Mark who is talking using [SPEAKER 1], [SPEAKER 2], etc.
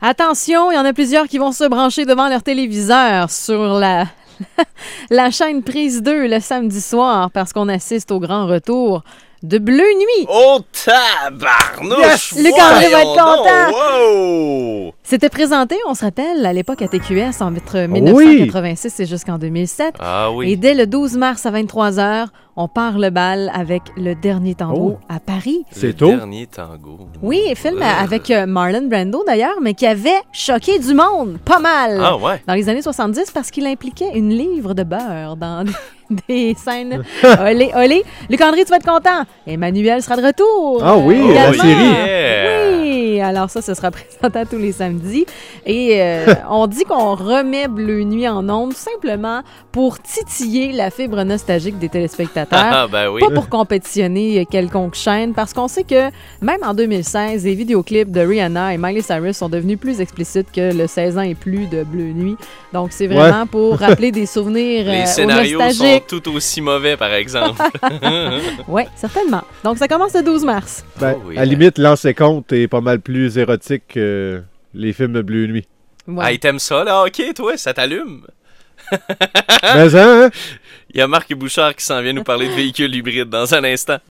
[SPEAKER 1] Attention, il y en a plusieurs qui vont se brancher devant leur téléviseur sur la, la chaîne Prise 2 le samedi soir parce qu'on assiste au grand retour de Bleu Nuit.
[SPEAKER 2] Oh tabarnouche!
[SPEAKER 1] Yes! Luc-André va être
[SPEAKER 2] Voyons
[SPEAKER 1] content.
[SPEAKER 2] donc, wow!
[SPEAKER 1] C'était présenté, on se rappelle, à l'époque à TQS entre
[SPEAKER 3] Oui.
[SPEAKER 1] 1986 et jusqu'en 2007.
[SPEAKER 2] Ah
[SPEAKER 1] Et
[SPEAKER 2] oui.
[SPEAKER 1] dès le 12 mars à 23h, on part le bal avec le dernier tango
[SPEAKER 2] Oh.
[SPEAKER 1] à Paris.
[SPEAKER 3] C'est
[SPEAKER 2] Le
[SPEAKER 3] tôt.
[SPEAKER 2] dernier tango.
[SPEAKER 1] Oui, et film
[SPEAKER 2] Euh,
[SPEAKER 1] avec euh, Marlon Brando d'ailleurs, mais qui avait choqué du monde, pas mal,
[SPEAKER 2] Ah ouais.
[SPEAKER 1] dans les années 70 parce qu'il impliquait une livre de beurre dans des, des scènes. Olé, olé. Luc-André, tu vas être content. Emmanuel sera de retour.
[SPEAKER 3] Ah oui,
[SPEAKER 1] Euh,
[SPEAKER 3] la
[SPEAKER 1] également.
[SPEAKER 3] série.
[SPEAKER 2] Yeah.
[SPEAKER 1] Oui, alors ça, ce sera présenté à tous les samedis. Et euh, on dit qu'on remet Bleu Nuit en ondes simplement pour titiller la fibre nostalgique des téléspectateurs.
[SPEAKER 2] Ah ben oui.
[SPEAKER 1] hein? Pas pour compétitionner quelconque chaîne, parce qu'on sait que même en 2016, les vidéoclips de Rihanna et Miley Cyrus sont devenus plus explicites que le 16 ans et plus de Bleu Nuit. Donc c'est vraiment pour rappeler des souvenirs euh,
[SPEAKER 2] Les
[SPEAKER 1] aux
[SPEAKER 2] scénarios sont
[SPEAKER 1] nostalgiques.
[SPEAKER 2] tout aussi mauvais, par exemple.
[SPEAKER 1] Oui, certainement. Donc ça commence le 12 mars.
[SPEAKER 3] Ben,
[SPEAKER 2] Oh oui,
[SPEAKER 3] à la
[SPEAKER 2] ben.
[SPEAKER 3] limite, l'an 50 est pas mal plus érotique que les films de Bleu Nuit.
[SPEAKER 1] Ouais.
[SPEAKER 2] Ah, il t'aime ça, là? OK, toi, ça t'allume?
[SPEAKER 3] Mais hein, hein?
[SPEAKER 2] Il y a Marc Bouchard qui s'en vient nous parler de véhicules hybrides dans un instant.